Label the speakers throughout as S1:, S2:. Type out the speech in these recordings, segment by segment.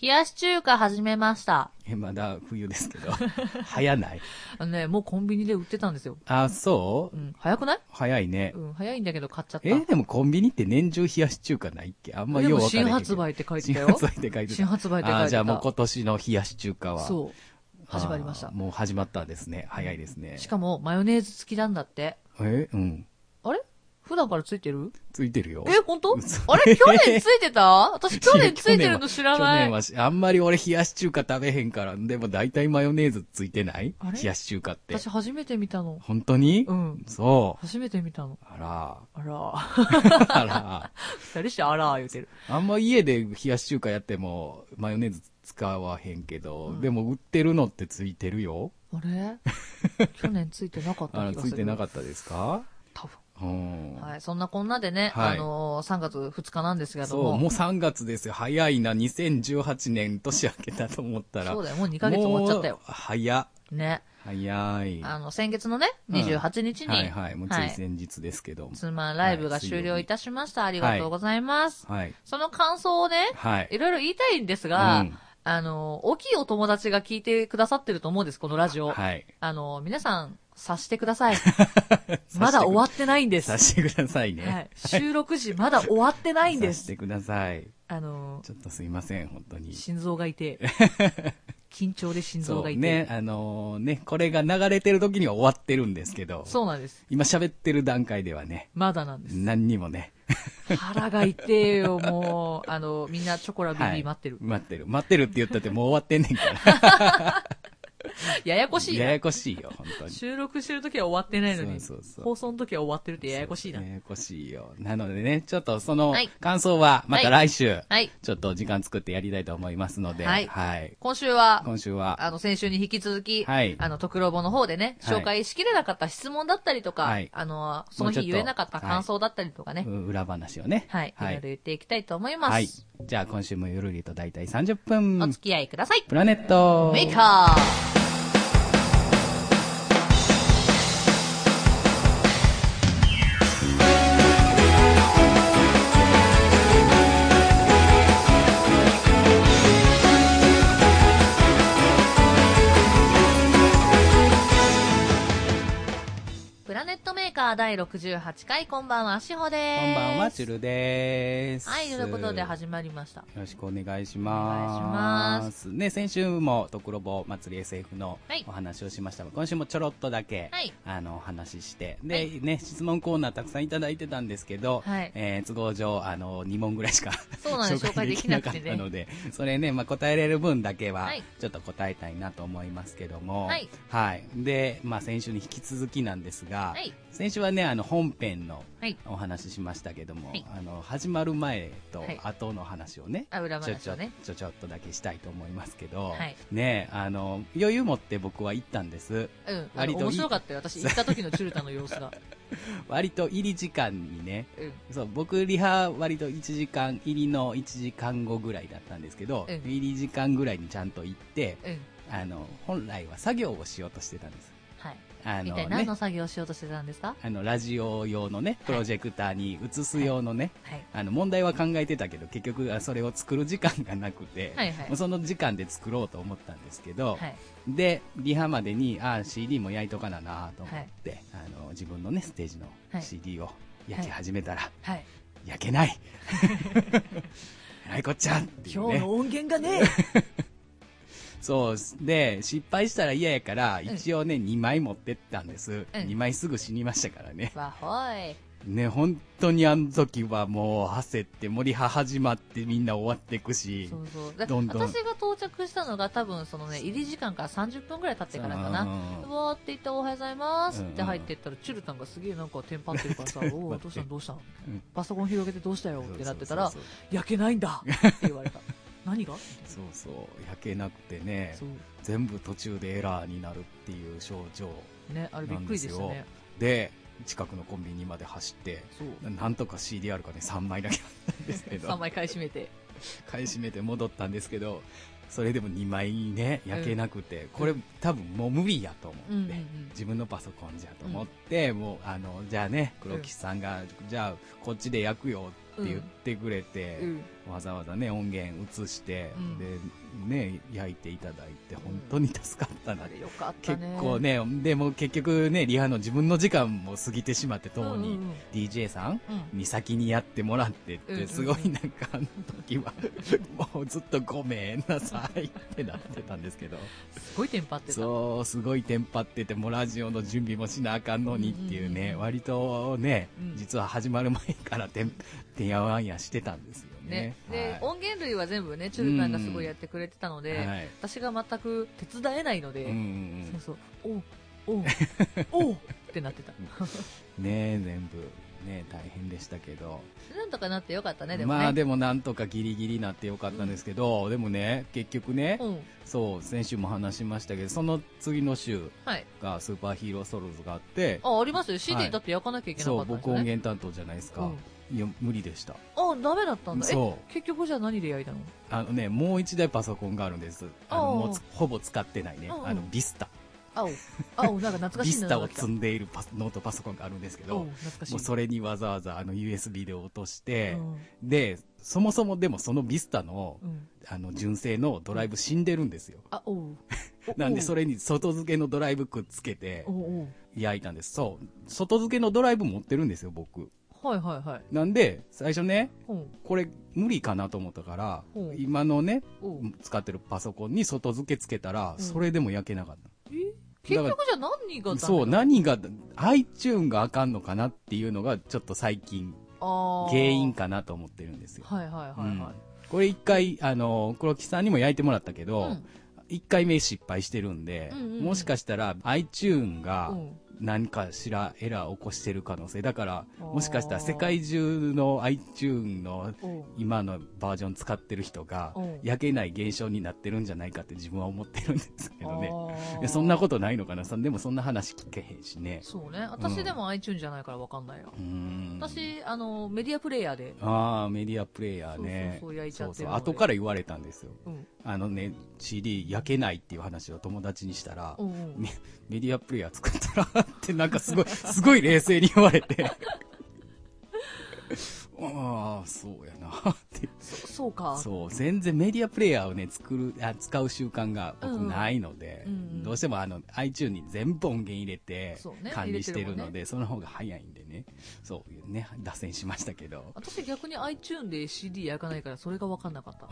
S1: 冷やし中華始めました。
S2: えまだ冬ですけど。 早ない。
S1: あのね、もうコンビニで売ってたんですよ。、
S2: あ、そううん
S1: 早くない
S2: 早いね
S1: う。ん、早いんだけど買っちゃった。
S2: え、でもコンビニって年中冷やし中華ないっけあんま
S1: で
S2: よ
S1: も
S2: うわから
S1: 新
S2: ない。
S1: 発売って書いてたよ
S2: 新発売って書いてた。
S1: 新発売って書いてた
S2: あ、じゃあもう今年の冷やし中華は。
S1: そう。
S2: あー
S1: 始まりました。
S2: もう始まったんですね。早いですね。
S1: しかも、マヨネーズ付きなんだって。
S2: えうん。
S1: あれ普段からついてる
S2: ついてるよ。
S1: え、本当
S2: 嘘
S1: あれ去年ついてた 私去年ついてるの知ら
S2: 去
S1: な
S2: 年
S1: い。
S2: はし、あんまり俺冷やし中華食べへんから、でも大体マヨネーズついてない
S1: あれ
S2: 冷やし中華って。
S1: 私初めて見たの。
S2: 本当に
S1: うん。
S2: そう。
S1: 初めて見たの。
S2: あ
S1: あら。
S2: ら。あら。
S1: 二人してあらー言うてる。
S2: あんま家で冷やし中華やっても、マヨネーズ使わへんけど、
S1: うん
S2: でも売ってるのってついてるよ。
S1: あ れ去年ついてなかった
S2: あら、
S1: 気が
S2: つ
S1: する。
S2: いてなかったですか
S1: 多分。
S2: うん。
S1: はい、そんなこんなでね、
S2: はい
S1: あのー、3月2日なんですけれど
S2: そう、
S1: も。
S2: もう3月ですよ。早いな、2018年年明けたと思ったら。
S1: そうだよ、もう2ヶ月終わっちゃったよ
S2: も。う早っ。
S1: ね。
S2: 早い。
S1: あの、先月のね、
S2: うん
S1: 28日に、
S2: はいはい。もうつ
S1: はいい
S2: 先日ですけども。
S1: ツーマンライブが終了いたしました。ありがとうございます。
S2: はい。
S1: その感想をね、
S2: はい。
S1: いろいろ言いたいんですが、
S2: うん
S1: あの、大きいお友達が聞いてくださってると思うんです、このラジオ。
S2: はい。
S1: あの、皆さん、察してくだ さい。まだ終わってないんです。
S2: さしてくださいね。
S1: はい、収録時、まだ終わってないんで
S2: さし
S1: す。
S2: てください。
S1: あの、
S2: ちょっとすいません、本当に。
S1: 心臓が痛 い緊張で心臓
S2: そ
S1: が
S2: う
S1: 痛い
S2: ね、あのーね、これが流れてる時には終わってるんですけど、
S1: そうなんです。
S2: 今喋ってる段階ではね、
S1: まだなんです。
S2: 何にもね、
S1: 腹が痛えよ、もう。あの、みんなチョコラビビ
S2: はい
S1: ー待ってる。
S2: 待ってる。待ってるって言ったってもう終わってんねんから。
S1: ややこしい
S2: や
S1: な。
S2: やこしいよ、本当に。
S1: 収録してる時は終わってないのに、
S2: そうそうそう
S1: 放送の時は終わってるってややこしいな。
S2: ややこしいよ。なのでね、ちょっとその
S1: はい
S2: 感想はまた来週、
S1: はい。
S2: ちょっと時間作ってやりたいと思いますので、
S1: はい
S2: はい、
S1: 今週は、
S2: 今週は、
S1: あの、先週に引き続き、
S2: はい
S1: あの、特労簿の方でね、
S2: はい
S1: 紹介しきれなかった質問だったりとか、
S2: はい
S1: あの、その
S2: も
S1: 日
S2: うちょっと
S1: 言えなかった感想だったりとかね、
S2: う裏話をね。
S1: はい、い、
S2: は
S1: ろいろ
S2: い。
S1: 言っていきたいと思います。
S2: はいじゃあ今週もゆるりと大体30分。
S1: お付き合いください。
S2: プラネット。
S1: メイカープラネットメーカー第68回、こんばんは、しほです。
S2: こんばんは、ちゅるです。
S1: はい、ということで始まりました。
S2: よろしくお願いします。
S1: お願いします
S2: ね、先週も、とくろぼ祭り SF の
S1: はい
S2: お話をしましたが、今週もちょろっとだけ、
S1: はい
S2: あの、お話しして、で、
S1: はい
S2: ね、質問コーナーたくさんいただいてたんですけど、
S1: はい
S2: えー都合上、あの、2問ぐらいし か
S1: そうなんです
S2: 紹介できなかったので、それね、まあ、答えれる分だけは
S1: はい、
S2: ちょっと答えたいなと思いますけども、
S1: はい。
S2: はいで、まあ、先週に引き続きなんですが、
S1: はい。
S2: 先週はね、あの、本編の、
S1: はい。
S2: お話ししましたけども、
S1: はい
S2: あの始まる前と
S1: はい
S2: 後の話をね、
S1: あ、裏
S2: ちょち
S1: 話
S2: ょ
S1: をね。
S2: ちょちょっとだけしたいと思いますけど、
S1: はい
S2: ねえあの余裕持って僕は行ったんです
S1: うん。あ
S2: 割
S1: の
S2: といい
S1: 面白かったよ。私行った時のチュルタの様子 が。
S2: 割と入り時間にね
S1: うん。
S2: そう僕リハ割と1時間入りの1時間後ぐらいだったんですけど、
S1: うん
S2: 入り時間ぐらいにちゃんと行って
S1: うん。
S2: あの本来は作業をしようとしてたんです
S1: はい。
S2: あ
S1: 一
S2: の、
S1: 体
S2: ね
S1: 何の作業をしようとしてたんですか
S2: あのラジオ用のねプロジェクターに映す用のね、
S1: はい。
S2: あの問題は考えてたけど結局あそれを作る時間がなくて、
S1: はいはい
S2: もうその時間で作ろうと思ったんですけど、
S1: はい。
S2: でリハまでにあー CD も焼いとかななと思って、あの自分のねステージの
S1: はい
S2: CD を焼き始めたら、
S1: はい。
S2: 焼けないえらいこっちゃっていう
S1: 今日
S2: ね
S1: の音源がね、
S2: そうで失敗したら嫌やから
S1: ん
S2: 一応ね、2枚持ってったんです、
S1: うん
S2: 2枚すぐ死にましたからね
S1: わほい。
S2: ね本当にあの時はもう焦って森派始まってみんな終わってくし
S1: そうそう。で
S2: どんどん
S1: 私が到着したのが多分そのね、入り時間から30分ぐらい経ってからかな。う
S2: な。
S1: わーって言っておはようございます
S2: うん
S1: って入ってったら、チュルタンがすげえなんかテンパってる からさ、おおー、どうしたのどうしたの
S2: うん
S1: パソコン広げてどうしたよってなってたら
S2: そ、うそう
S1: 焼けないんだって言われた。何が
S2: そうそうそう焼けなくてね
S1: そう。
S2: 全部途中でエラーになるっていう症状
S1: ね、あれびっくりでした
S2: なんで
S1: ね。
S2: で近くのコンビニまで走って
S1: そう。
S2: なんとか CDR かね3枚だけあったんですけ
S1: 3
S2: ど
S1: 枚買い占めて。
S2: 買い占めて戻ったんですけどそれでも2枚ね焼けなくて、これ多分もう無理やと思って、
S1: うんうんうん
S2: 自分のパソコンじゃと思って、もうあのじゃあね黒木さんが、じゃあこっちで焼くよって言ってくれて、
S1: うん。
S2: わざわざね音源移して、
S1: うん
S2: でね焼いていただいて本当に助かったな、
S1: あれよかった
S2: 結
S1: ね
S2: 構ねでも結局ねリハの自分の時間も過ぎてしまってとう
S1: う
S2: に、
S1: んうんうん
S2: DJ さん
S1: うん
S2: に先にやってもらってっ
S1: うんうんう
S2: て
S1: ん
S2: すごいなんかあの時はもうずっとごめんなさいってなってたんですけど
S1: すごいテンパってた
S2: そうすごいテンパっててもうラジオの準備もしなあかんのにってい
S1: う
S2: う
S1: んうん
S2: ね
S1: うん
S2: 割とね
S1: うん
S2: 実は始まる前からてんてんやわんやしてたんですよね
S1: ね。で、
S2: は
S1: 音源類は全部ね、チュルカンがすごいやってくれてたの
S2: い
S1: で、
S2: はい
S1: 私が全く手伝えないので、
S2: うんうん
S1: そうそう、おう、おう、おうってなってた。
S2: うんね全部ね大変でしたけど
S1: なんとかなってよかったね、でもね。
S2: まあでもなんとかギリギリなってよかったんですけどでもね結局ね
S1: うん。
S2: そう先週も話しましたけどその次の週
S1: はい。
S2: がスーパーヒーローソルズがあって
S1: あ、ありますよ。
S2: はい
S1: CD だって焼かなきゃいけな
S2: そ
S1: か
S2: う
S1: ったんです
S2: 僕
S1: よ
S2: 音
S1: ね。
S2: 源担当じゃないですか、いや無理でした
S1: あ、ダメだったんだ。え、
S2: そう
S1: 結局じゃあ何で焼いたの
S2: あのねもう一台パソコンがあるんですあの
S1: おうおう
S2: もうつほぼ使ってないね
S1: うんうん
S2: あのビスタ
S1: 青。青、なんか懐か
S2: ビ
S1: しい
S2: ス
S1: な
S2: タ
S1: の
S2: を
S1: が来た。
S2: 積んでいるパソノートパソコンがあるんですけ
S1: おう
S2: ど
S1: 懐かしい。
S2: もうそれにわざわざあの USB で落として、
S1: うん
S2: でそもそもでもそのビスタの
S1: うん
S2: あの純正のドライブ死んでるんですよ
S1: あ、おう。
S2: なんでそ
S1: れ。
S2: れに外付けのドライブくっつけて
S1: おうおう
S2: 焼いたんですそう外付けのドライブ持ってるんですよ僕
S1: はいはいはい。
S2: なんで最初ね
S1: うん
S2: これ無理かなと思ったから
S1: ほう
S2: 今のね
S1: おう
S2: 使ってるパソコンに外付けつけたら、
S1: うん
S2: それでも焼けなかっ
S1: え結局じゃあ何がダメだ
S2: た。そう、何が、iTune があかんのかなっていうのが、ちょっと最近、
S1: あー
S2: 原因かなと思ってるんですよ。
S1: はいはいはいはい。
S2: うんこれ一回、あの、黒木さんにも焼いてもらったけ
S1: う
S2: ど
S1: ん、
S2: 一、回目失敗してるんで、
S1: うんうんうん
S2: もしかしたら iTune が
S1: うん
S2: 何かしらエラーを起こしてる可能性。だから、
S1: あー
S2: もしかしたら世界中の iTune の
S1: おう
S2: 今のバージョン使ってる人が
S1: うん
S2: 焼けない現象になってるんじゃないかって自分は思ってるんですけどね
S1: あー
S2: いやそんなことないのかなさでもそんな話聞けへんしね
S1: そうね私でも iTunes じゃないからわかんないよ
S2: うーん
S1: 私あのメディアプレイヤーで
S2: ああメディアプレイヤーね
S1: そうそうそう焼いちゃってる
S2: そう
S1: の
S2: そう
S1: で
S2: 後から言われたんですよ
S1: うん
S2: あのね CD 焼けないっていう話を友達にしたら、
S1: うんうん
S2: ねメディアプレイヤー作ったらってなんか すごいすごい冷静に言われてああそうやなって
S1: そそうか
S2: そう、全然メディアプレイヤーをね、作る、あ使う習慣が僕
S1: うん
S2: ないので、
S1: うんうん
S2: どうしてもあの、iTune に全部音源入れて
S1: そう、ね
S2: 管理してる
S1: 入れてる
S2: の
S1: もん
S2: で、その方が早いんでね、そう、ね、脱線しましたけど。
S1: 私逆に iTunes で CD 焼かないからそれがわかんなかった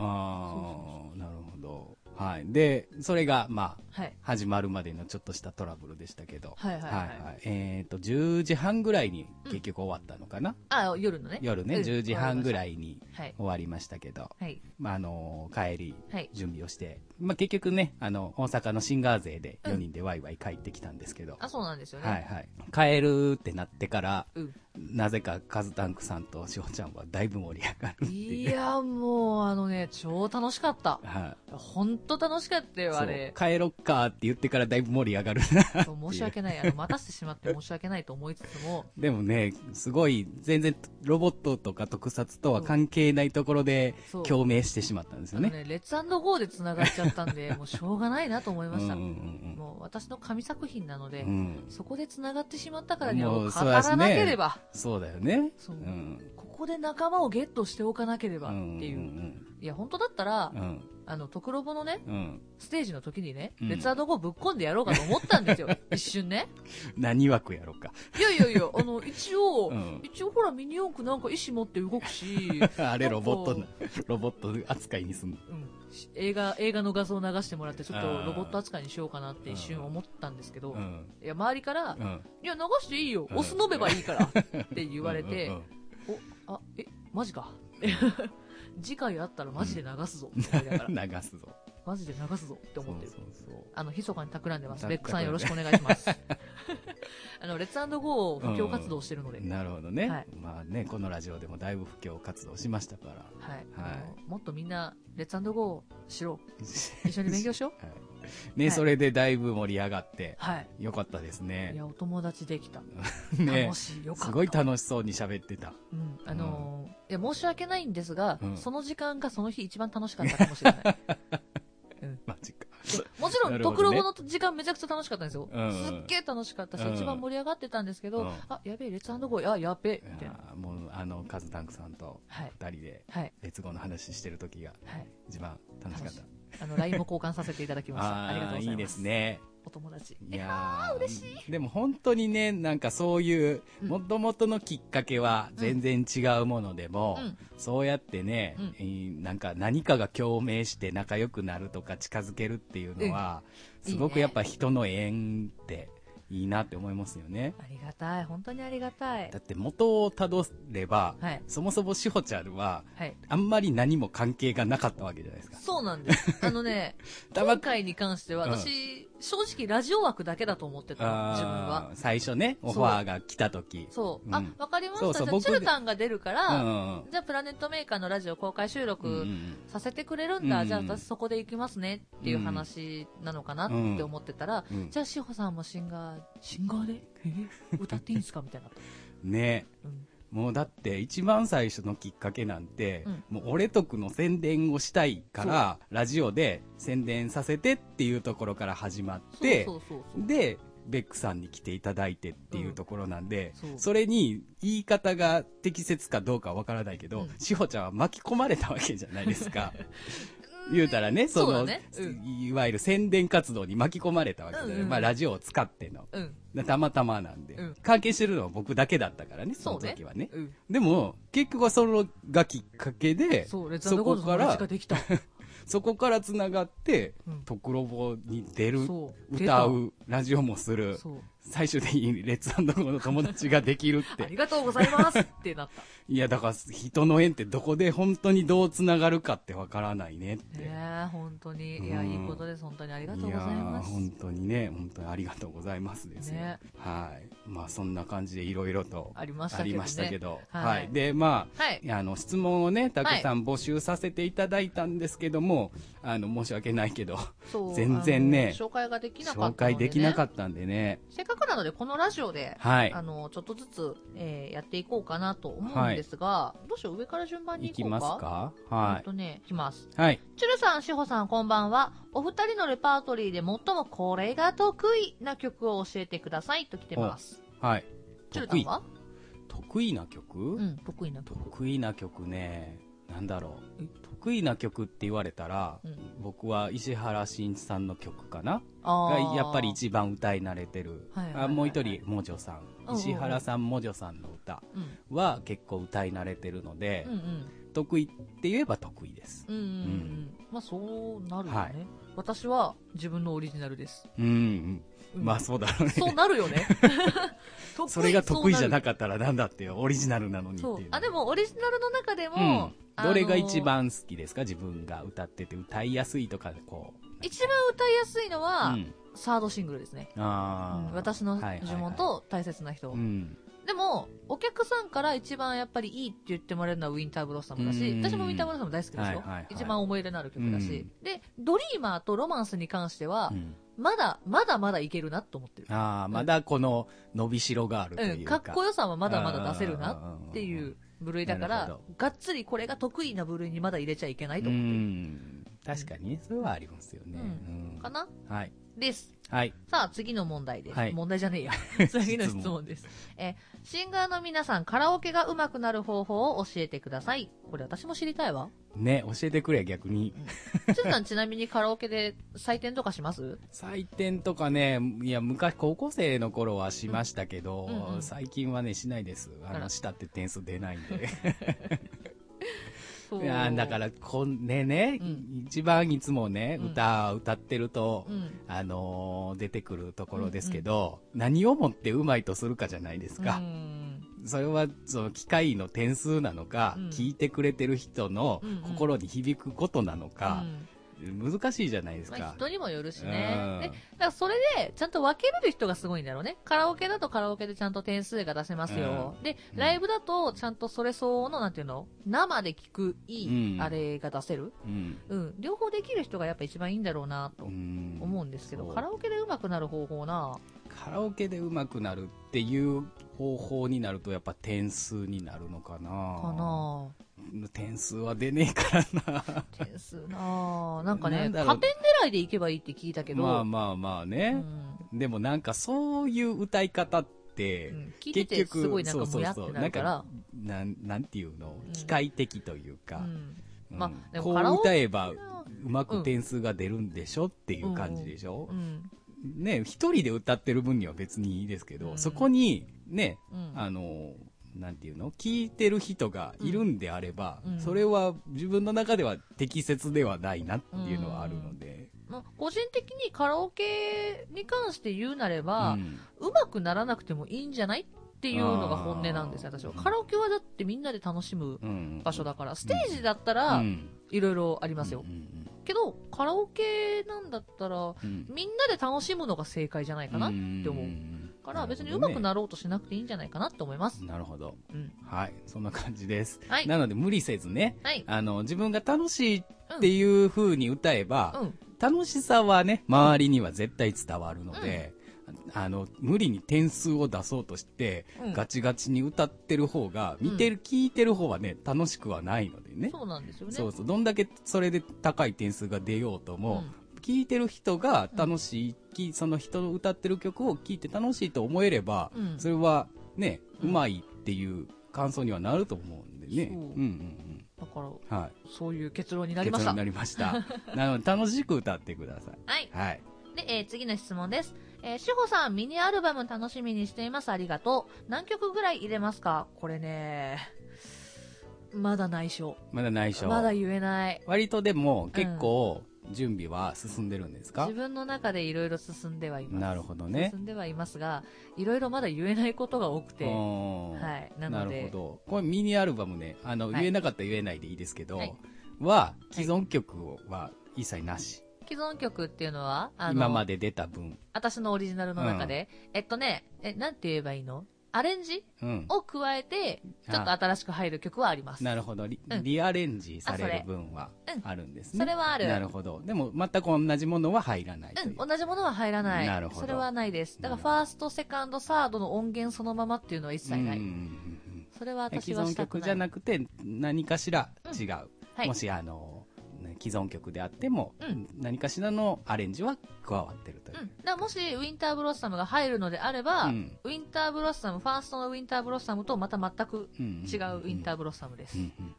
S2: ああ、なるほど。はい。で、それが、まあ、
S1: はい
S2: 始まるまでのちょっとしたトラブルでしたけど、
S1: はいはいはい
S2: えっ、と、10時半ぐらいに結局終わったのかな、
S1: あ夜のね
S2: 夜ね、
S1: うん
S2: 10時半ぐ
S1: わから
S2: い
S1: り
S2: に
S1: ましたはい
S2: 終わりましたけど、
S1: はい
S2: まあ、あの帰り、
S1: はい
S2: 準備をして、まあ、結局ね、あの、大阪のシンガー勢で
S1: うん
S2: 4人でワイワイ帰ってきたんですけど、
S1: あそうなんですよね
S2: はいはい。帰るってなってから、
S1: うん
S2: なぜかカズタンクさんとしほちゃんはだいぶ盛り上がるって
S1: い
S2: いう。
S1: やもうあのね超楽しかった
S2: はい
S1: 本当楽しかったよ
S2: そ
S1: あ
S2: う
S1: れ
S2: 帰ろっかって言ってからだいぶ盛り上がる
S1: そう申し訳ないあの待たせてしまって申し訳ないと思いつつも
S2: でもねすごい全然ロボットとか特撮とは関係ないところで
S1: そう
S2: 共鳴してしまったんです
S1: あ
S2: よ
S1: の
S2: ね
S1: ね、レッツゴーで繋がっちゃったん で、もうしょうがないなと思いました。
S2: うんうんうん
S1: もう私の神作品なので、
S2: うん
S1: そこで繋がってしまったからには
S2: もう
S1: もう語
S2: そうで
S1: ら
S2: すね
S1: なければ、
S2: そうだよね
S1: そう
S2: うん
S1: ここで仲間をゲットしておかなければっていう。
S2: うん
S1: いや、本当だったら、
S2: うんうん
S1: あの、トクロボのね、
S2: うんうん
S1: ステージの時にね、
S2: うん
S1: レッツゴーぶっこんでやろうかと思ったんです よ。一瞬ね。
S2: 何枠やろうか
S1: いやいやいや、あの、一応、
S2: うん
S1: 一応ほらミニ四駆なんか意志持って動くし、
S2: あれロボット
S1: な
S2: な、ロボット扱いにすんの。
S1: うんし映画、映画の画像を流してもらって、ちょっと
S2: あー
S1: ロボット扱いにしようかなって一瞬思ったんですけど、
S2: うん。
S1: いや、周りから、
S2: う
S1: い
S2: ん。
S1: や、流していいよ、
S2: うん
S1: お酢飲めばいいから、って言われて、
S2: うん
S1: お、あ、え、マジか。 次回あったらマジで流すぞ、って思いながら
S2: うん、流すぞ。
S1: マジで流すぞって思ってる。
S2: そうそうそう
S1: あの、密かに企んでます。
S2: だ
S1: レックさんよろしくお願いし ます。あの、レッツゴー布教活動してるので、
S2: なるほどね、
S1: はい
S2: まあね、このラジオでもだいぶ布教活動しましたから。
S1: はい、あのもっとみんな、レッツゴーしろ。
S2: 一
S1: 一緒に勉強しよう。
S2: はい。ね、
S1: はい
S2: それでだいぶ盛り上がって、
S1: はい。
S2: よかったです
S1: い
S2: ね。
S1: や、お友達できた。
S2: ね
S1: 楽。しい。よかった。
S2: すごい楽しそうに喋ってた。
S1: うん、あのーいや、申し訳ないんですが、
S2: うん
S1: その時間がそ の日一番楽しかったかもしれない。
S2: マジか。
S1: もちろ
S2: なる
S1: ん、
S2: ほど
S1: 特
S2: ね
S1: ロボの時間めちゃくちゃ楽しかったんですよ。
S2: うん
S1: すっげえ楽しかったし、
S2: うん
S1: 一番盛り上がってたんですけど、
S2: うん
S1: あ、やべえ、レッツゴー、あ、やべえ、み
S2: い
S1: たいな。
S2: やーもうあのカズタンクさんと
S1: はい。
S2: 2人で
S1: はい。
S2: 別語の話してる時が
S1: はい。
S2: 一番楽しかっ
S1: 楽
S2: た
S1: しあの、LINE も交換させていただきました。ありがとうご
S2: あー
S1: ざいます。
S2: いいです。ね
S1: お友達。
S2: いやーでも本当にねなんかそういう
S1: うん
S2: もともとのきっかけは全然違うものでも、
S1: うん
S2: そうやってね、
S1: うん
S2: えーなんか何かが共鳴して仲良くなるとか近づけるっていうのは、
S1: うん
S2: すご
S1: いい
S2: く
S1: ね
S2: やっぱ人の縁っていいなって思いますよね。
S1: ありがたい。本当にありがたい
S2: だ。って元をたどれば、
S1: はい。
S2: そもそもしほちゃんは
S1: はい。
S2: あんまり何も関係がなかったわけじゃないですか。
S1: そうなんです。あのね、
S2: たま
S1: 今回に関しては、
S2: うん
S1: 私、正直ラジオ枠だけだと思ってたの、自分は
S2: あ。ー最初ね、オファーが来た時。
S1: そう。
S2: う
S1: あ
S2: ん、
S1: わかりました。
S2: そうそう
S1: じゃあ、
S2: 僕
S1: チュルタンが出るから、
S2: うん
S1: じゃあ、プラネットメーカーのラジオ公開収
S2: うんう
S1: 録
S2: ん
S1: させてくれるんだ。
S2: うん
S1: じゃあ、私そこで行きますねっていう話なのかなって思ってたら、
S2: うんうん
S1: じゃあ、志保さんもシンガー、シンガーでえ歌っていいんすかみたいな。
S2: ね
S1: うん
S2: もうだって一番最初のきっかけなんて、
S1: うん
S2: もう俺とくの宣伝をしたいからラジオで宣伝させてっていうところから始まっ
S1: そう
S2: て
S1: そうそうそう。
S2: でベックさんに来ていただいてっていうところなんで、
S1: うんそう
S2: それに言い方が適切かどうかわからないけど、
S1: うん
S2: 志保ちゃんは巻き込まれたわけじゃないで すか 言うたらねそ
S1: そうだ
S2: の
S1: ねうん
S2: いわゆる宣伝活動に巻き込まれたわけで、
S1: うんうん
S2: まあ、ラジオを使っての
S1: うん。
S2: でたまたまなんで、
S1: うん
S2: 関係してるのは僕だけだったからねそ
S1: そ
S2: の
S1: うね
S2: 時はね。
S1: うん。
S2: でも結局はそのがきっかけで
S1: そう、レッツ
S2: そ
S1: ゴー
S2: こ
S1: ルド
S2: か
S1: の
S2: ら
S1: 話ができた。
S2: そこからつながって
S1: うん
S2: 「とくろぼ」に出る
S1: そう。
S2: 歌
S1: 出
S2: うラジオもする
S1: た。そう。
S2: 最終的にレッツゴーの友達ができるっ
S1: あり
S2: て
S1: がとうございますってなった。
S2: いやだから人の縁ってどこで本当にどうつながるかってわからないねって。
S1: ねえ、本当に。いや、
S2: うん
S1: いいことです。本当にあり
S2: い
S1: が
S2: や
S1: とうございま
S2: ー
S1: す。
S2: 本当にね本当にありがとうございますですよ
S1: ね
S2: はいまあそんな感じでいろいろと
S1: ありました
S2: あ
S1: けど、
S2: り
S1: ね。
S2: ましたけど、
S1: はい
S2: はい、でまあ
S1: はい。
S2: あの質問をねたくさん募集させていただいたんですけども、あの申し訳ないけど
S1: そう。
S2: 全然ね
S1: あの紹介ができなかったので、ね。
S2: 紹介できなか
S1: っ
S2: ったんでね
S1: た。せっかくなので、このラジオで、
S2: はい
S1: あの、ちょっとずつ、えーやっていこうかなと思うんですが、どうしよう、上から順番に
S2: い
S1: い
S2: き
S1: こうか。
S2: ますか
S1: え
S2: は
S1: っとね、いきます。
S2: いはい
S1: チュルさん、シホさん、こんばんは。お二人のレパートリーで最もこれが得意な曲を教えてくださいと来てます。
S2: はい
S1: チュルさんは
S2: 得意な曲、
S1: うん、得意な曲。
S2: 得意な曲ねなんだろう
S1: え
S2: 得意な曲って言われたら、
S1: うん
S2: 僕は石原慎一さんの曲かな
S1: あ
S2: が
S1: ー
S2: やっぱり、一番歌い慣れてる、
S1: はいはいはいはい
S2: あもう一人もじょさ
S1: うんうんん
S2: 石原さんもじょさんの歌
S1: うん、
S2: は結構歌い慣れてるので、
S1: うんうん。
S2: 得意って言えば得意です。
S1: うんうんうん、まあそうなるよね、
S2: はい
S1: 私は自分のオリジナルです、
S2: うん、
S1: うん
S2: まあそうだろうね。
S1: そうなるよ ね得意
S2: それが得意じゃな
S1: く
S2: かったらなんだってよ、オリジナルなの
S1: て
S2: にってい
S1: そう
S2: う。
S1: あでもオリジナルの中でも、
S2: うん。
S1: あの
S2: どれが一番好きですか自分が歌ってて歌いやすいとかでこ
S1: 一番歌いやすいの
S2: う。
S1: は、
S2: うん、
S1: サードシングルですね、
S2: あ
S1: う
S2: ー
S1: ん私の呪文、
S2: は
S1: と大切な人、
S2: いはいはいうん。
S1: でもお客さんから一番やっぱりいいって言ってもらえるのはウィンターブロッサムだし、
S2: うん
S1: 私もウィンターブロッサム大好きですよ、
S2: はいはいはい
S1: 一番思い入れのある曲だし、でドリーマーとロマンスに関しては、
S2: うん
S1: まだまだまだいけるなと思ってる
S2: ああ、まだこの伸びしろがあると
S1: うん、
S2: いう
S1: か
S2: か。
S1: っこよさはまだまだ出せるな
S2: な
S1: っていう部類だか
S2: なる
S1: ら
S2: ほ、
S1: がっつりこれが得意な部類にまだ入れちゃいけないと
S2: う
S1: 思
S2: ん。確かにね、それはありますよね。
S1: う
S2: うん
S1: うかな
S2: はい。
S1: です。
S2: はい。
S1: さあ、次の問題です。
S2: はい
S1: 問題じゃねえや。次の質問です。え、シンガーの皆さん、カラオケが上手くなる方法を教えてください。これ私も知りたいわ。
S2: ね、教えてくれ、逆に。
S1: ちゅんさん、ちなみにカラオケで採点とかします
S2: 採点とかね、いや、昔、高校生の頃はしましたけど、
S1: うんうん
S2: 最近はね、しないです。あ
S1: あ
S2: の、
S1: ら
S2: したって点数出ないんで。
S1: そう
S2: いやだか。ら、こんねね、
S1: うん
S2: 一番いつもね、
S1: うん
S2: 歌、歌ってると、
S1: うん。
S2: あのー出てくるところですけど、何をもってうまいとするかじゃないです
S1: う
S2: か。
S1: ん
S2: それは、その、機械の点数なのか、
S1: うん
S2: 聞いてくれてる人の
S1: うんうん
S2: 心に響くことなの
S1: う
S2: か、
S1: ん
S2: 難しいじゃないです
S1: まあ、
S2: か。
S1: 人にもよるし
S2: うん
S1: ね。でだからそれで、ちゃんと分けれる人がすごいんだろうね。カラオケだとカラオケでちゃんと点数が出せますよ。で、
S2: うん
S1: ライブだと、ちゃんとそれ相応の、なんていうの生で聞く、い
S2: うん
S1: い、あれが出せる、
S2: うん。
S1: うん。両方できる人がやっぱ一番いいんだろうな、と
S2: うん
S1: 思うんですけど、
S2: そう
S1: カラオケで上手くなる方法な、
S2: カラオケで上手くなるっていう方法になるとやっぱ点数になるのかな
S1: かな
S2: 点数は出ねえからな
S1: 点数ななんかね
S2: なんだろう
S1: 加点いでいけばいいって聞いたけど、
S2: まあまあまあね、でもなんかそういう歌い方っ
S1: う
S2: て
S1: んうん、聞いててすごいなんかもやってな
S2: なん
S1: るから
S2: か、なんなんていうの
S1: うん
S2: 機械的というか、
S1: うん
S2: うん
S1: まあでも
S2: こ
S1: カラオ
S2: う
S1: ケ
S2: 歌えばうまく点数が出るんでしょっていう感じでしょ
S1: う、ん
S2: ね一人で歌ってる分には別にいいですけど、
S1: うん
S2: そこにね
S1: うん
S2: あのなんていうの聞いてる人がいるんであれば、
S1: うん
S2: それは自分の中では適切ではないなっていうのはあるので、
S1: まあ個人的にカラオケに関して言うなれば、
S2: うん
S1: うまくならなくてもいいんじゃないっていうのが本音なんですよ、
S2: あー
S1: 私は。カラオケはだってみんなで楽しむ
S2: うん
S1: 場所だから、ステージだったら
S2: うん
S1: いろいろありますよ
S2: う。ん
S1: けど、カラオケなんだったら、
S2: うんうん
S1: みんなで楽しむのが正解じゃないかな。て思うんから別に上手く
S2: る
S1: なろうとしなくていいんじゃないかなって思います
S2: ほど。ねなるほど
S1: うん。
S2: はいそんな感じです、
S1: はい。
S2: なので無理せずね
S1: はい。
S2: あの自分が楽しいっていう風に歌えば、
S1: うん。
S2: 楽しさはね周りには絶対伝わるので、あの無理に点数を出そうとして、
S1: うん
S2: ガチガチに歌ってる方が見てる、聞いてる方はね楽しくはないのでね
S1: そうなんですよね。
S2: そうそうどんだけそれで高い点数が出ようとも、聞いてる人が楽しい、きその人の歌ってる曲を聴いて楽しいと思えれば、
S1: うん
S2: それはね、
S1: う
S2: うんまいっていう感想にはなると思うんでね。
S1: そ
S2: うん
S1: う
S2: うん
S1: だから、
S2: うん。はい。
S1: そういう結論になりま
S2: 結
S1: し
S2: 論
S1: た。
S2: になりました。 なので楽しく歌ってください。
S1: はい。
S2: はい。
S1: で、えー次の質問です。えー、しほさん、ミニアルバム楽しみにしています。ありがとう。何曲ぐらい入れますかこれね、まだ内緒。
S2: まだ内緒。
S1: まだ言えない。
S2: 割とでも結構準備は進んでるんですか
S1: 自、分の中でいろいろ進んではいます。
S2: なるほどね
S1: 進んではいますが、いろいろまだ言えないことが多くて、は
S2: おー
S1: い。なの
S2: る
S1: で
S2: ほ、ど。これミニアルバムね、あの、
S1: はい
S2: 言えなかったら言えないでいいですけど、
S1: はい
S2: は既存曲をは一切なし。
S1: 既存曲っていうのは、あの、
S2: 今まで出た分。
S1: 私のオリジナルの中で、えっとね、え、なんて言えばいいのアレンジ
S2: うん。
S1: を加えて、ちょっと新しく入る曲はあります。
S2: なるほどリ,、
S1: うん
S2: リアレンジされ
S1: あそ
S2: る
S1: れ
S2: 分は
S1: うん
S2: あるんですね、
S1: それはある
S2: なるほどでも全く同じものは入らないという、
S1: うん、同じものは入らない。
S2: なるほど
S1: それはないです。だから、
S2: なる
S1: フ
S2: ほど
S1: ァースト、セカンド、サードの音源そのままっていうのは一切ない。
S2: うんうんうん
S1: それは
S2: うん
S1: 私
S2: 既
S1: は
S2: 存
S1: したくな
S2: 曲
S1: い。
S2: じゃなくて何かしら違う、
S1: はい
S2: も。しあのね既存曲であっても、
S1: うん
S2: 何かしらのアレンジは加わってるという
S1: うん。だからもし、ウィンターブロッサムが入るのであれば、
S2: うん
S1: ウィンターブロッサム、ファーストのウィンターブロッサムとまた全く
S2: うんん
S1: 違うウ
S2: ん
S1: ィンター
S2: ブ
S1: ブロッサムです。
S2: うんうん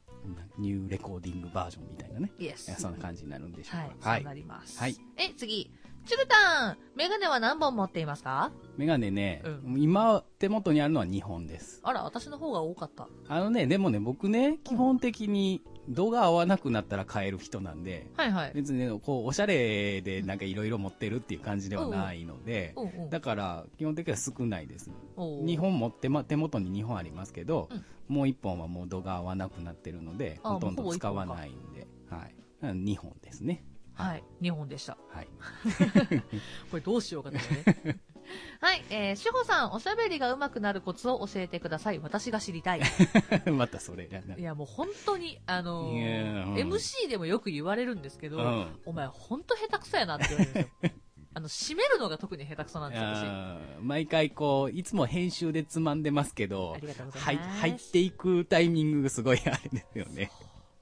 S2: ニューレコーディングバージョンみたいなね
S1: イエス。
S2: そんな感じになるんでしょ
S1: はい。
S2: うか
S1: そうなります。
S2: はい
S1: え、次。チュルタンメガネは何本持っていますか
S2: メガネね、
S1: う
S2: 今手元にあるのは2本です
S1: あら、私の方が多かった。
S2: あのね、でもね、僕ね、基本的に度が合わなくなったら変える人なんで、
S1: はいはい。
S2: 別にね、こう、おしゃれでなんかいろいろ持ってるっていう感じではないので、
S1: おうおう
S2: だから、基本的には少ないです。
S1: おう
S2: 2本持って、ま、手元に2本ありますけど、
S1: うん
S2: もう1本はもう度が合わなくなってるので、
S1: あ
S2: ほとん
S1: も
S2: ど
S1: うほぼ一
S2: 使
S1: 本か
S2: わないんで、はい。2本ですね。
S1: はい。2本でした。
S2: はい。
S1: これどうしようかですね。 はい、えー、しほさん、おしゃべりが上手くなるコツを教えてください。私が知りた い。い
S2: またそれだな。
S1: や、もう本当に、あのー
S2: いやうん
S1: MC でもよく言われるんですけど、
S2: うん
S1: お前本当下手くそやなって言われるんです よ。あの、締めるのが特に下手くそなんですよ、私。あ
S2: あー毎回こう、いつも編集でつまんでますけど、
S1: りがとうござ
S2: はいい、
S1: ます。
S2: 入っていくタイミングがすごいあれですよね。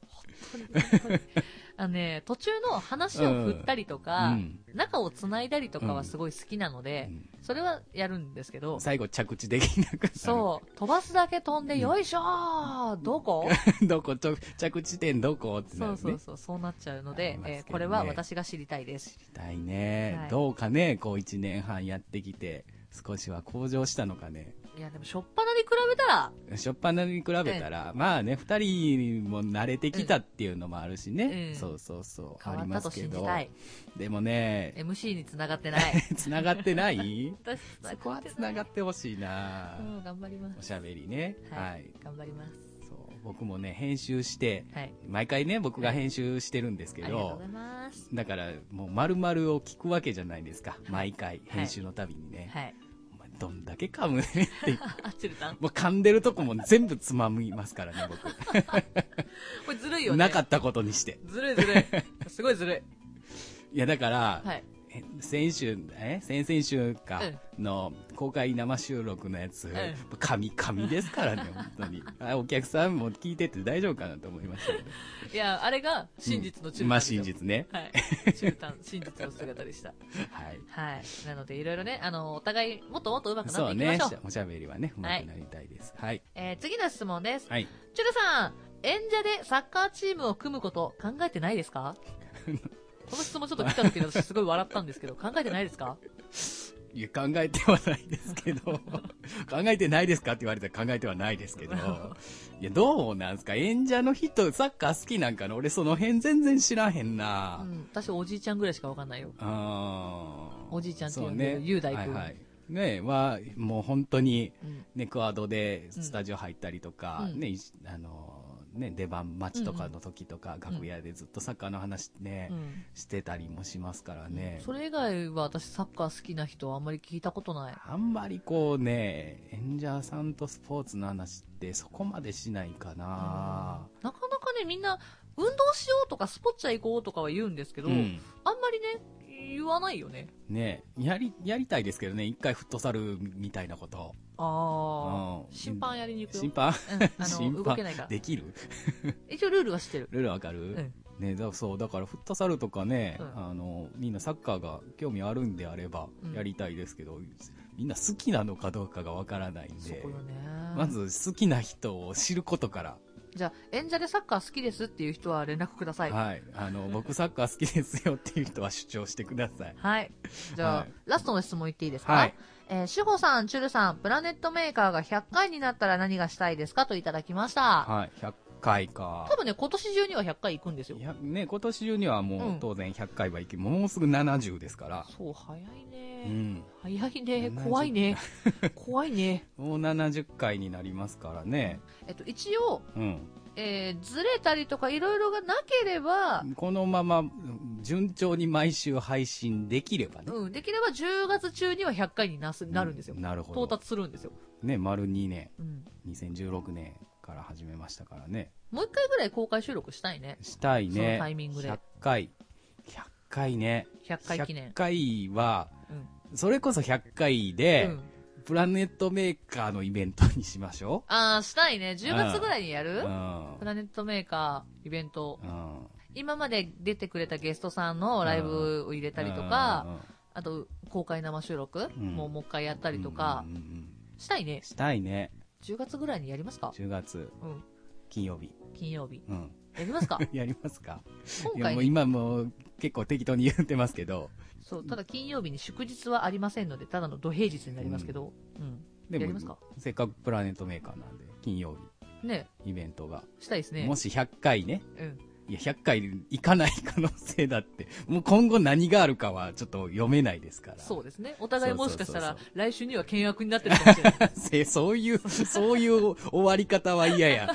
S1: 本当に本当に あのね、途中の話を振ったりとか、
S2: うん
S1: 中を繋いだりとかはすごい好きなので、それはやるんですけど、
S2: 最後着地できなくなる。
S1: そう、飛ばすだけ飛んで、よいしょー、どこ
S2: どこ、ちょ着地点どこってな
S1: そ
S2: る
S1: う
S2: ね。
S1: そうそう、そうなっちゃうの
S2: あ
S1: で
S2: り、ますけど
S1: え
S2: ね
S1: ーこれは私が知りたいです。
S2: 痛いね、
S1: はい
S2: どうかね、こう1年半やってきて、少しは向上したのかね。
S1: いや、でも、しょっぱなに比べたら、
S2: しょっぱなに比べたら、まあね、2人も慣れてきたっていうのもあるしね。
S1: うん
S2: そうそうそう。
S1: 変
S2: あ
S1: わ
S2: り
S1: っ
S2: ま
S1: たと
S2: すけ
S1: 信じ
S2: ど。
S1: たい。
S2: で もね、
S1: MC に繋がって ない。
S2: 繋がってない
S1: 私、
S2: そこは繋がってほしいな
S1: う、ん、頑張りま
S2: お
S1: す。
S2: しゃべりね。
S1: はい。
S2: はい、
S1: 頑張ります。
S2: そう。僕もね、編集して、
S1: はい。
S2: 毎回ね、僕が編集してるんですけ
S1: ありがとうご
S2: ど
S1: ざい、ます。
S2: だからもう丸々を聞くわけじゃないですか。毎回、
S1: い
S2: 編集のたびにね。
S1: はい。
S2: お前どんだけ噛むね って。
S1: あ、チルタン。
S2: もう噛んでるとこも全部つまみますからね、 僕。
S1: これずるいよね。
S2: なかったことにして。
S1: ずるいずるい。すごいずる
S2: いや、だから、
S1: い。はい。
S2: え先週、え先々週か
S1: う
S2: の公開生収録のやつ、
S1: ん
S2: 神々で すからね、本当に。あお客さんも聞いてて大丈夫かなと思いましたけど。
S1: いや、あれが 真実の中
S2: うんまあ真。実ね。
S1: はい。中端、真実の姿でした。
S2: はい。
S1: はい。なので、いろいろね、あの、お互い、もっともっと上手くなっ
S2: そ
S1: て
S2: う
S1: いきま
S2: ね
S1: しょう。。
S2: おしゃべりはね、うまくなりたいです。はい。
S1: えー次の質問です。
S2: はい。
S1: チュルさん、演者でサッカーチームを組むこと考えてないです かこの質問ちょっと来た時に私すごい笑ったんですけど、考えてないです か
S2: いや、考えてはないですけど、考 えてないですかって言われたら考えてはないで すけど、いや、どうなんすか演者の人、サッカー好きなんかな俺その辺全然知らへん
S1: う
S2: な。
S1: ん。私おじいちゃんぐらいしかわかんないよ。
S2: あー
S1: おじいちゃんって呼
S2: そうん
S1: でる
S2: ね。
S1: 雄大
S2: は
S1: 君
S2: いはい。ねは、もう本当に、
S1: うん。
S2: ね、クワードでスタジオ入ったりとか、
S1: うん
S2: ね、いあの、ね、出番待ちとかの時とか、楽屋でずっとサッカーの話ね、
S1: うん
S2: してたりもしますからね。
S1: それ以外は私サッカー好きな人はあんまり聞いたことない。
S2: あんまりこうね、演者さんとスポーツの話ってそこまでしないかな。
S1: なかなかね、みんな、運動しようとかスポッチャ行こうとかは言うんですけど、
S2: うん
S1: あんまりね、言わないよね。
S2: ねやり、やりたいですけどね、一回フットサルみたいなこと。
S1: ああ
S2: う、ん
S1: 審判やりに行くよ。
S2: 審判
S1: うんあの
S2: 審判
S1: 動けないから。
S2: できる
S1: 一応ルールはしてる。
S2: ルールわかる、
S1: うん
S2: ねだそう、だからフットサルとかね、
S1: うん
S2: あの、みんなサッカーが興味あるんであれば
S1: うん
S2: やりたいですけど、みんな好きなのかどうかがわからないん
S1: そ
S2: で
S1: こ、よね。
S2: まず好きな人を知ることから。
S1: じゃあ、演者でサッカー好きですっていう人は連絡ください。はい。
S2: はい。あの、僕サッカー好きですよっていう人は主張してください。
S1: じゃあ、
S2: はい
S1: ラストの質問いっていいですか
S2: はい。
S1: えー、志保さん、チュルさん、プラネットメーカーが100回になったら何がしたいですかといただきました。
S2: はい、100回か
S1: 多。分ね、今年中には100回行くんですよ
S2: い。やね、今年中にはもううん当然100回はいき、もうすぐ70ですから。
S1: そう、早いうね。
S2: ん。
S1: 早いね。
S2: 70
S1: 怖いね。 怖いね。
S2: もう70回になりますからね。
S1: えっと、一応、
S2: うん。
S1: えー、ずれたりとかいろいろがなければ、
S2: このままうん順調に毎週配信できればね。
S1: うん、できれば10月中には100回になすなるんですよ。
S2: なるほど。
S1: 到達するんですよ。
S2: ね、丸2年、
S1: うん。
S2: 2016年から始めましたからね。
S1: もう一回ぐらい公開収録したいね。
S2: したいね。
S1: そのタイミングで
S2: 100回。100回ね。
S1: 100回記念
S2: 100。回は、
S1: うん。
S2: それこそ100回
S1: う
S2: で、
S1: ん
S2: プラネットメーカーのイベントにしましょ
S1: ああ、したいね。10月ぐらいにや
S2: う。
S1: る
S2: うん
S1: プラネットメーカーイベント。
S2: うん
S1: 今まで出てくれたゲストさんのライブを入れたりとか、あと公開生収録
S2: ん
S1: もうもう一回やった
S2: う
S1: り
S2: んうんうんうん
S1: とか
S2: う、んうんうん
S1: したいね。
S2: したいね
S1: 10月ぐらいにやりますか
S2: 10月
S1: うん。
S2: 金曜日、
S1: 金曜日。
S2: うん、
S1: やり ますか
S2: やりますかい
S1: 今回
S2: やもう
S1: ね、
S2: 今もう結構適当に言ってますけど
S1: そう、ただ金曜日に祝日はありませんので、ただの土平日になりますけど、うん。
S2: で
S1: やりますか
S2: もせっかくプラネットメーカーなんで金曜
S1: ね、
S2: 日イベントが、
S1: したいですね
S2: も。し100回ね
S1: うん。
S2: いや100回行かない可能性だってもう今後何があるかはちょっと読めないですから
S1: そうですね。お互いもしかした
S2: そう
S1: ら
S2: そうそ、
S1: 来週には険悪になってるかもしれ ない。
S2: せそういう、そういう終わり方は嫌や。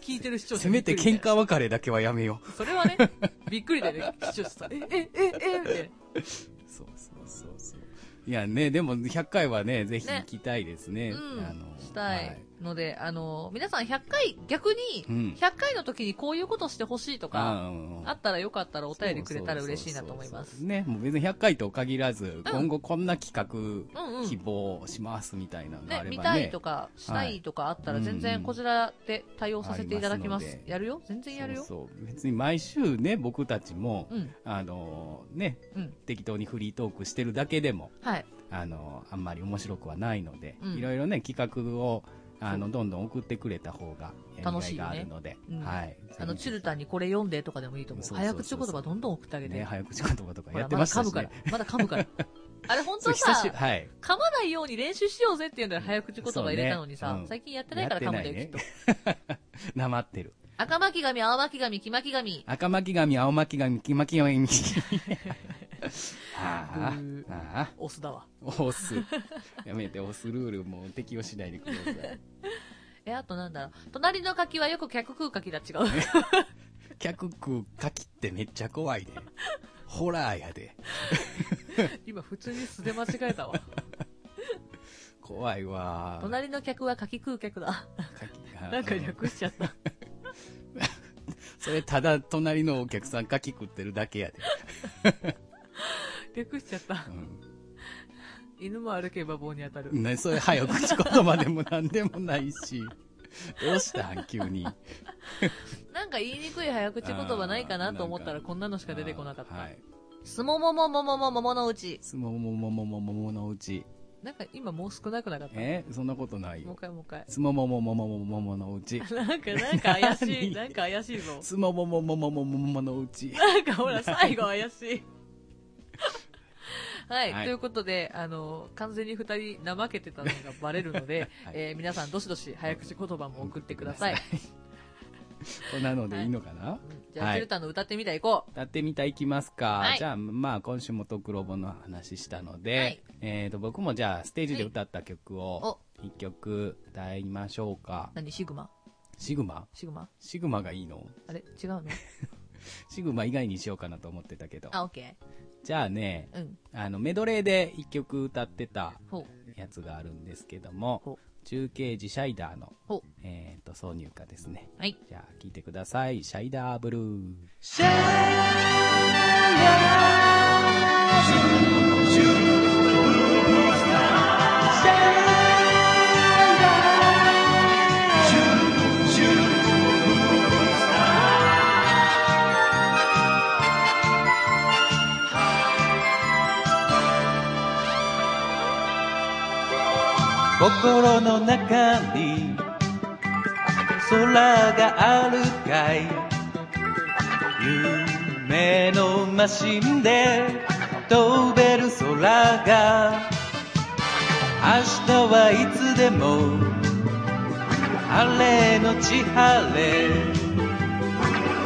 S1: 聞いてる視聴者
S2: せめて
S1: びっくりみ
S2: 喧
S1: たい
S2: 嘩別れだけはやめよ
S1: なそれはね、びっくりだよね、視聴者さん。え、え、え、え、みたいな。
S2: う。そうそうそうそう。いやね、でも100回はね、ぜひ
S1: ね
S2: 行きたいですね。
S1: うん、
S2: あの
S1: した
S2: はい
S1: ので、あの皆さん100回逆に、
S2: うん
S1: 100回の時にこういうことしてほしいとか、
S2: うん
S1: あったらよかったらお便りくれたら嬉しいなと思いま
S2: そうそうそう
S1: す
S2: そうね、もう別に100回と限らず、今後こんな企画、
S1: うんうん
S2: 希望しますみたいなのが
S1: ね
S2: あればね。
S1: 見たいとかしたいとかあったら
S2: はい
S1: 全然こちらで対応させていただきます,、
S2: ありますので
S1: やるよ全然やるよ
S2: そうそう別に毎週ね、僕たちも、
S1: うん
S2: あのね、
S1: うん
S2: 適当にフリートークしてるだけでも、
S1: はい
S2: あの、あんまり面白くはないので、
S1: うん
S2: いろいろね、企画を、あ
S1: そ
S2: の、
S1: う
S2: どんどん送ってくれた方が、やり
S1: 楽
S2: が
S1: しい
S2: い
S1: よね
S2: があるので、
S1: うん
S2: はい。
S1: あのチ
S2: ぜ
S1: ュルタンにこれ読んでとかでもいいと思う
S2: そうそうそう
S1: 早口言葉どんどん送ってあげ
S2: ひ
S1: て、
S2: ね、早口言葉とか
S1: ほ
S2: や
S1: ら
S2: って
S1: ま
S2: ま
S1: だ
S2: した
S1: 噛
S2: し、ね。
S1: むから、まだ噛むから あれ本当
S2: そう、
S1: は
S2: 久し
S1: さ
S2: ぶり、はい。
S1: 噛まないように練習しようぜっていうので早口言葉入れたのにさ、
S2: そうねうん
S1: 最近やってないから噛むんだよ、
S2: や
S1: き
S2: っ
S1: ってと
S2: な。 なまってる。
S1: 赤巻紙、青巻紙、黄巻紙。
S2: 赤巻紙、青巻紙、黄巻 紙。
S1: ブ
S2: あ
S1: ー
S2: あ、ああ、
S1: オスだわ。
S2: 押す。 やめて、押すルールもう適用しないでください。
S1: え、あとなんだろう。隣の柿はよく客食う柿だ、違う。
S2: 客食う柿ってめっちゃ怖いで。ホラーやで。
S1: 今普通に素で間違え たわ。
S2: 怖いわ。
S1: 隣の客は柿食う客だ。
S2: 柿が
S1: なんか略しちゃった。
S2: それただ隣のお客さんかき食ってるだけやで。
S1: 略しちゃった。犬も歩けば棒に当たる。
S2: うん。ね、それ早く口言葉でも何でもないし。どうしたん急に。
S1: なんか言いにくい早口言葉ないかなと思ったらこんなのしか出てこなかっ
S2: は
S1: た。
S2: い。
S1: すもももももももものうち。
S2: すももももももものうち。
S1: なんか今もう少なくなかった。
S2: えそんなことない
S1: もう一
S2: よ。
S1: 回もう一回。
S2: すもももももももものうち。
S1: なんか、なんか怪しい。
S2: 何
S1: なんか怪しいぞ。
S2: すもももももももものうち。
S1: なんかほら、最後怪しい。はい、
S2: はい
S1: ということで、あの、完全に二人怠けてたのがバレるので、
S2: はい
S1: えー皆さんどしどし早口言葉も送ってください。
S2: こんなのでいいのかな、
S1: じゃあ、
S2: はい
S1: フィルターの歌ってみたいこう。
S2: 歌ってみたいきますか、
S1: はい
S2: じゃあまあ今週もトクロボの話したので、
S1: はい
S2: えー、と僕もじゃあステージで歌った曲
S1: お
S2: を、一曲歌いましょうか
S1: 何シグマ
S2: シグマ
S1: シグマ
S2: シグマがいいの
S1: あれ違う の
S2: シグマ以外にしようかなと思ってたけど
S1: あ、オッケ
S2: じゃあね
S1: ー。うん。
S2: あのメドレーで一曲歌ってた
S1: ほ
S2: やつがあるんですけども
S1: ほ
S2: 中継時シャイダーの
S1: ほ、
S2: えー、と挿入歌ですね
S1: う。はい。
S2: じゃあ聴いてください「シャイダーブルー」
S3: 心の中に空があるかい夢のマシンで飛べる空が明日はいつでも晴れのち晴れ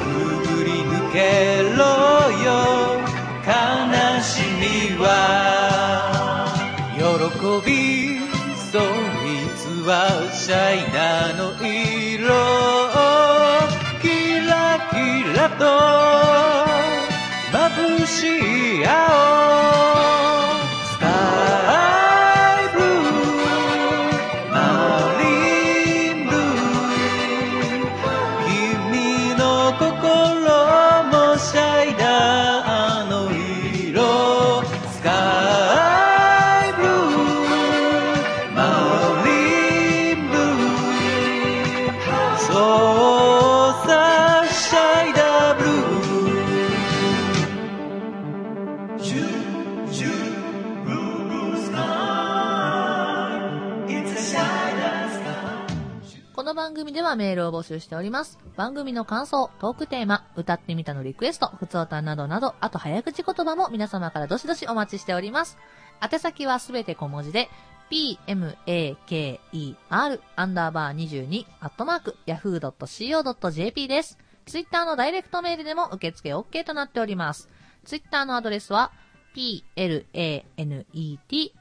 S3: くぐり抜けろよ悲しみは喜びそいつはシャイナーの色キラキラと眩しい青スカイブルーマリンブルー君の心もシャイダーの色スカイブルーマリンブルーそうさシャイダーブルーシュシュブルースカイ It's a シャイダースカイ
S1: この番組ではメールを募集しております。番組の感想、トークテーマ、歌ってみたのリクエスト、ふつおたなどなど、あと早口言葉も皆様からどしどしお待ちしております。宛先はすべて小文字で、p, m, a, k, e, r, アンダーバー22、アットマーク、yahoo.co.jp です。ツイッターのダイレクトメールでも受付 OK となっております。ツイッターのアドレスは、planet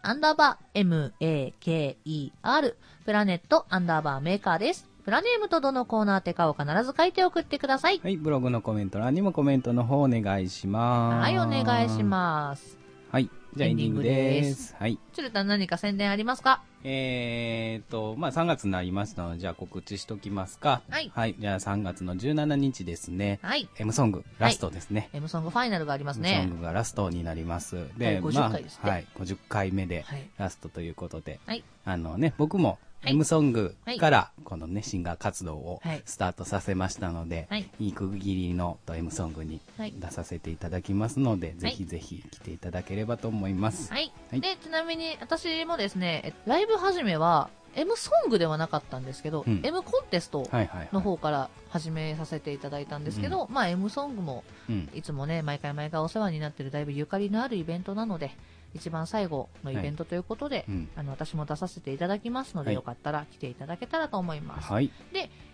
S1: アンダーバー maker プラネットアンダーバーメーカーです。プラネームとどのコーナーってかを必ず書いて送ってください。
S2: はい、ブログのコメント欄にもコメントの方お願いします。
S1: はい、お願いします。
S2: す。はい、じゃあエンディングで。
S1: エンディングですす
S2: はい。
S1: 鶴田何か宣伝ありますか
S2: えーと、まあ、3月になりましたので、じゃあ告知しときますか。
S1: はい
S2: じゃあ3月の17日ですね。
S1: はい。
S2: M ソング、ラストですね。
S1: M ソングファイナルがあります
S2: M
S1: ね
S2: ソン。グがラストになります。
S1: はい50回ですね
S2: まあ、はい、50回目で
S1: はい。
S2: ラストということで、
S1: はい
S2: あのね、僕も
S1: はい
S2: M ソングから、このね、シンガー活動を
S1: はい
S2: スタートさせましたので、
S1: はい。
S2: いい区切りのと M ソングに
S1: はい
S2: 出させていただきますので、ぜひぜひ来ていただければと思います。
S1: はい。
S2: はい
S1: で、ちなみに私もですね、えライブ始めは M ソングではなかったんですけど、
S2: うん
S1: M コンテスト
S2: はいはい、はい。
S1: の方から始めさせていただいたんですけど、まあ M ソングも
S2: うん。
S1: いつもね、毎回毎回お世話になってるだいぶゆかりのあるイベントなので、一番最後のイベントということで、
S2: うん。
S1: あの、私も出させていただきますので、
S2: はい
S1: よかったら来ていただけたらと思います。
S2: はい。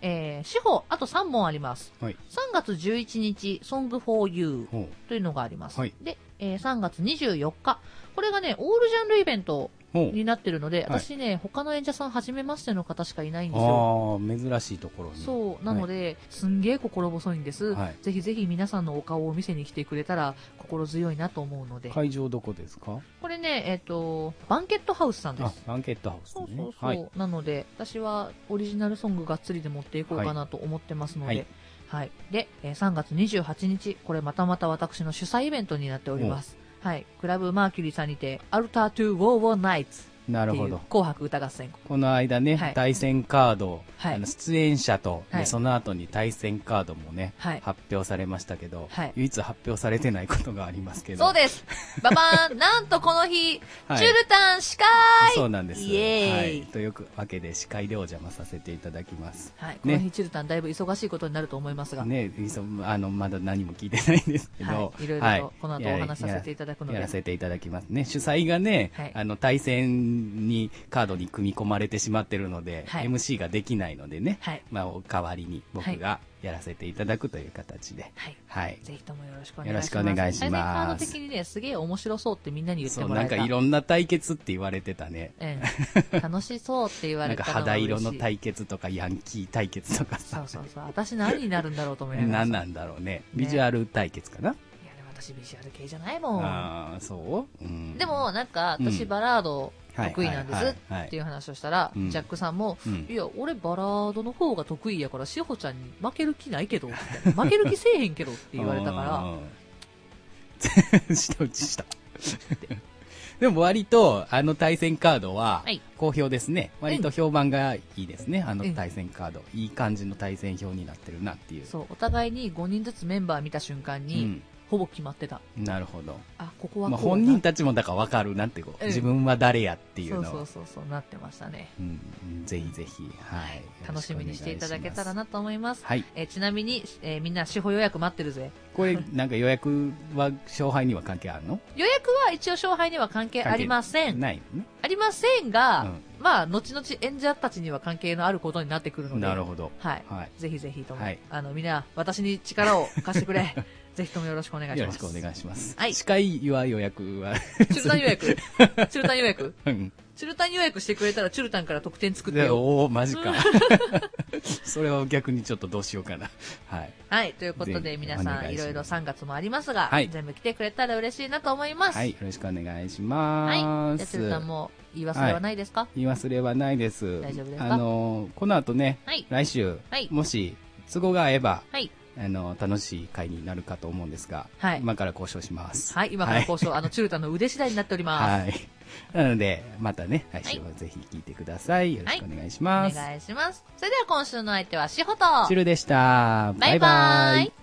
S1: えー、司法、あと3本あります。
S2: はい。
S1: 3月11日、Song for You
S2: ほ
S1: というのがあります。
S2: はい
S1: で、えー3月24日、これがね、オールジャンルイベント
S2: う。ほ
S1: になってるので、
S2: はい
S1: 私ね、他の演者さん、初めましての方しかいないんですよ。
S2: う。ああ、珍しいところに。
S1: そう、なので、すんげえ心細いんです、
S2: はい
S1: ぜひぜひ皆さんのお顔を見せに来てくれたら心強いなと思うので、
S2: 会場どこですか
S1: これね、えっ、と、バンケットハウスさんで
S2: あ
S1: す。、
S2: バンケットハウス
S1: そう
S2: ね。
S1: そうそう、
S2: はい。
S1: なので私はオリジナルソングがっつりで持っていこうかなと思ってますので、は
S2: はいい
S1: はいはい。で、えー3月28日、これまたまた私の主催イベントになっております。はい。クラブマーキュリーさんにて、アルタートゥーウォーウォーナイツ
S2: な
S1: って
S2: る
S1: い
S2: ほ
S1: う
S2: ど。
S1: 紅白歌合戦。
S2: この間ね、
S1: はい
S2: 対戦カード、
S1: はい
S2: あの出演者と、
S1: は
S2: で
S1: い
S2: その後に対戦カードもね、
S1: はい
S2: 発表されましたけど、
S1: はい
S2: 唯一発表されてないことがありますけど。
S1: そうです。ババー ン、なんとこの日、
S2: はい
S1: チュルタン司会
S2: そうなんです。
S1: イエーイ
S2: はい。というわけで司会でお邪魔させていただきます。
S1: はい、こ
S2: ね
S1: の日、チュルタンだいぶ忙しいことになると思いますが、
S2: ね、いそあの、まだ何も聞いてないんですけど
S1: は。いいろいろとこの後お話しさせていただくので
S2: やらせていただきますね。主催がね、
S1: はい
S2: あの、対戦に、カードに組み込まれてしまってるので、
S1: はい
S2: MC ができないのでね、
S1: はい
S2: まあ、お代わりに僕がやらせていただくという形で、
S1: はい、
S2: はい。
S1: ぜひともよろしくお願いします。
S2: よろしくお願いします
S1: 対戦カード的にね、すげえ面白そうってみんなに言って
S2: そう、
S1: も
S2: な
S1: らえ
S2: ん
S1: た。
S2: かいろんな対決って言われてたね。
S1: え え楽しそうって言わ
S2: な
S1: れ
S2: ん
S1: た
S2: か
S1: のが
S2: 肌
S1: 嬉しい
S2: 色の対決とか、ヤンキー対決とか
S1: そ
S2: さ
S1: う、そうそう。私何になるんだろうと思いながら。
S2: 何
S1: いや、
S2: なんだろうね。ビジュアル対決かな。
S1: でも私ビジュアル系じゃないもん。
S2: ああ、そう、うん、
S1: でも、なんか、私
S2: うん
S1: バラード得意なんで
S2: はいはい
S1: す
S2: はいはい
S1: っていう話をしたら、
S2: うん
S1: ジャックさんも、
S2: うん
S1: いや、俺バラードの方が得意やから、しほちゃんに負ける気ないけど、みたいな負ける気せえへんけどって言われた から、
S2: ら。下打ちした。でも割と、あの対戦カードは
S1: はい、
S2: 好評ですね。割と評判がいいですね、あの
S1: うん
S2: 対戦カード。いい感じの対戦表になってるなっていう。
S1: そう、お互いに5人ずつメンバー見た瞬間に、ほぼ決まってた。
S2: うん。なるほど。
S1: あ、ここは
S2: ま
S1: こ
S2: あ、
S1: うだ
S2: 本人たちもだから分かるなってこう、
S1: うん
S2: 自分は誰やっていうのを
S1: そうそうそうそう、なってましたね。
S2: うん、ぜひぜひ、はい。
S1: 楽しみにしていただけたら
S2: よ
S1: なと思いま
S2: ろし
S1: す
S2: くお。願いします。はい。
S1: えーちなみに、えーみんな、司法予約待ってるぜ。
S2: これ、なんか予約は勝敗には関係あるの
S1: 予約は一応勝敗には関係ありません。
S2: ないのね。
S1: ありませんが、まあ、後々演者たちには関係のあることになってくるの
S2: うん。
S1: で。
S2: なるほど。
S1: はい。
S2: はい。
S1: ぜひぜひとも、
S2: はい
S1: あの、みんな、私に力を貸してく れ。ぜひともよろしくお願いします。
S2: よろしくお願いします。
S1: はい
S2: 司会は予約は。
S1: チュルタン予 約。チュルタン予約。
S2: うん。
S1: チュルタン予約してくれたら、チュルタンから特典作って
S2: で
S1: よ。
S2: おおマジか。 それは逆にちょっとどうしようかな。はい。
S1: はい。ということ
S2: ぜ
S1: で、
S2: ひ
S1: 皆
S2: お
S1: さ
S2: 願
S1: ん、い
S2: いします
S1: ろいろ3月もありますが、
S2: はい
S1: 全部来てくれたら嬉しいなと思います。
S2: はい。よろしくお願いしま
S1: はい。じゃあ、
S2: す。
S1: 鶴さんも言い忘れはないですか、
S2: 言い忘れはないです。
S1: 大丈夫ですか
S2: あのー、この後ね、
S1: はい
S2: 来週、
S1: はい
S2: もし、都合が合えば、
S1: はい、
S2: あのー、楽しい会になるかと思うんですが、
S1: はい
S2: 今から交渉します。
S1: はい。今から交渉、あの、チュルタンの腕次第になっております。
S2: はい。 なので、またね、来週はぜひ聞いてください。よろしくお願いしま
S1: お
S2: す。
S1: 願いします。それでは今週の相手は、しほと。
S2: チルでした。
S1: バイバイ。